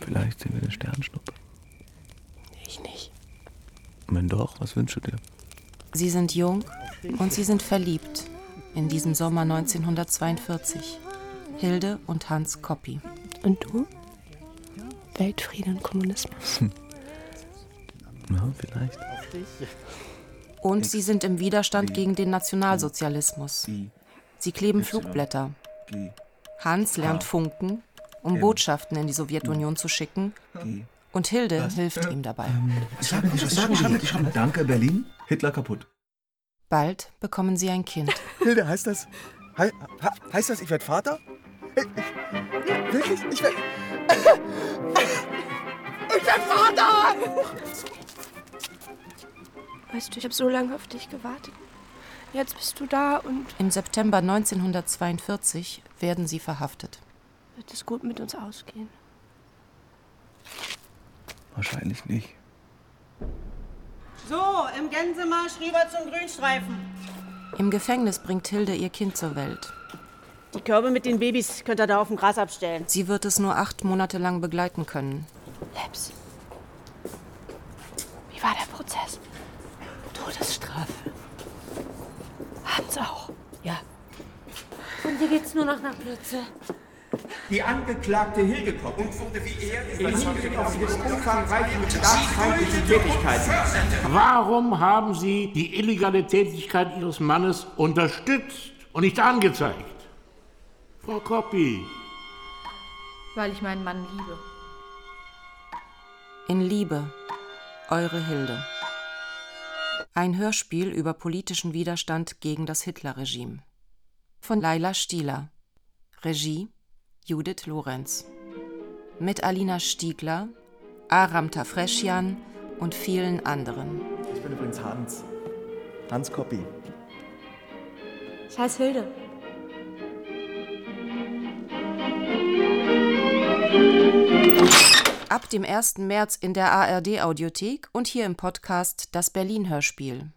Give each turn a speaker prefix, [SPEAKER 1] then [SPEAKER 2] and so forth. [SPEAKER 1] Vielleicht sind wir eine Sternschnuppe.
[SPEAKER 2] Ich nicht.
[SPEAKER 1] Wenn doch, was wünschst du dir?
[SPEAKER 2] Sie sind jung und sie sind verliebt. In diesem Sommer 1942. Hilde und Hans Koppi.
[SPEAKER 3] Und du? Weltfrieden und Kommunismus.
[SPEAKER 1] Ja, vielleicht.
[SPEAKER 2] Und sie sind im Widerstand gegen den Nationalsozialismus. Sie kleben Flugblätter. Hans lernt Funken, um Botschaften in die Sowjetunion zu schicken. Und Hilde hilft ihm dabei.
[SPEAKER 4] Sagen Sie, sagen Sie. Danke, Berlin. Hitler kaputt.
[SPEAKER 2] Bald bekommen sie ein Kind.
[SPEAKER 5] Hilde, heißt das? Hei- ha- heißt das, ich werde Vater? Ich- ich- Wirklich? Ich werde. Ich werde Vater!
[SPEAKER 3] Weißt du, ich habe so lange auf dich gewartet. Jetzt bist du da und
[SPEAKER 2] Im September 1942 werden sie verhaftet.
[SPEAKER 3] wird es gut mit uns ausgehen.
[SPEAKER 1] Wahrscheinlich nicht.
[SPEAKER 6] So, im Gänsemarsch rüber zum Grünstreifen.
[SPEAKER 2] Im Gefängnis bringt Hilde ihr Kind zur Welt.
[SPEAKER 6] Die Körbe mit den Babys könnt ihr da auf dem Gras abstellen.
[SPEAKER 2] Sie wird es nur acht Monate lang begleiten können.
[SPEAKER 3] Labs. Wie war der Prozess? Todesstrafe. Hans auch. Ja.
[SPEAKER 7] Und hier geht's nur noch nach Plötze.
[SPEAKER 8] Die Angeklagte Hilde Kopp und wurde wie er im Hinblick auf ihre umfangreichen staatsfeindlichen Tätigkeiten
[SPEAKER 9] Warum haben Sie die illegale Tätigkeit Ihres Mannes unterstützt und nicht angezeigt? Frau Koppi,
[SPEAKER 7] Weil ich meinen Mann liebe.
[SPEAKER 2] In Liebe, eure Hilde. Ein Hörspiel über politischen Widerstand gegen das Hitlerregime. Von Laila Stieler. Regie Judith Lorenz. Mit Alina Stiegler, Aram Tafreschian und vielen anderen.
[SPEAKER 5] Ich bin übrigens Hans. Hans Koppi.
[SPEAKER 7] Ich heiße Hilde.
[SPEAKER 2] Ab dem 1. März in der ARD Audiothek und hier im Podcast Das Berlin Hörspiel.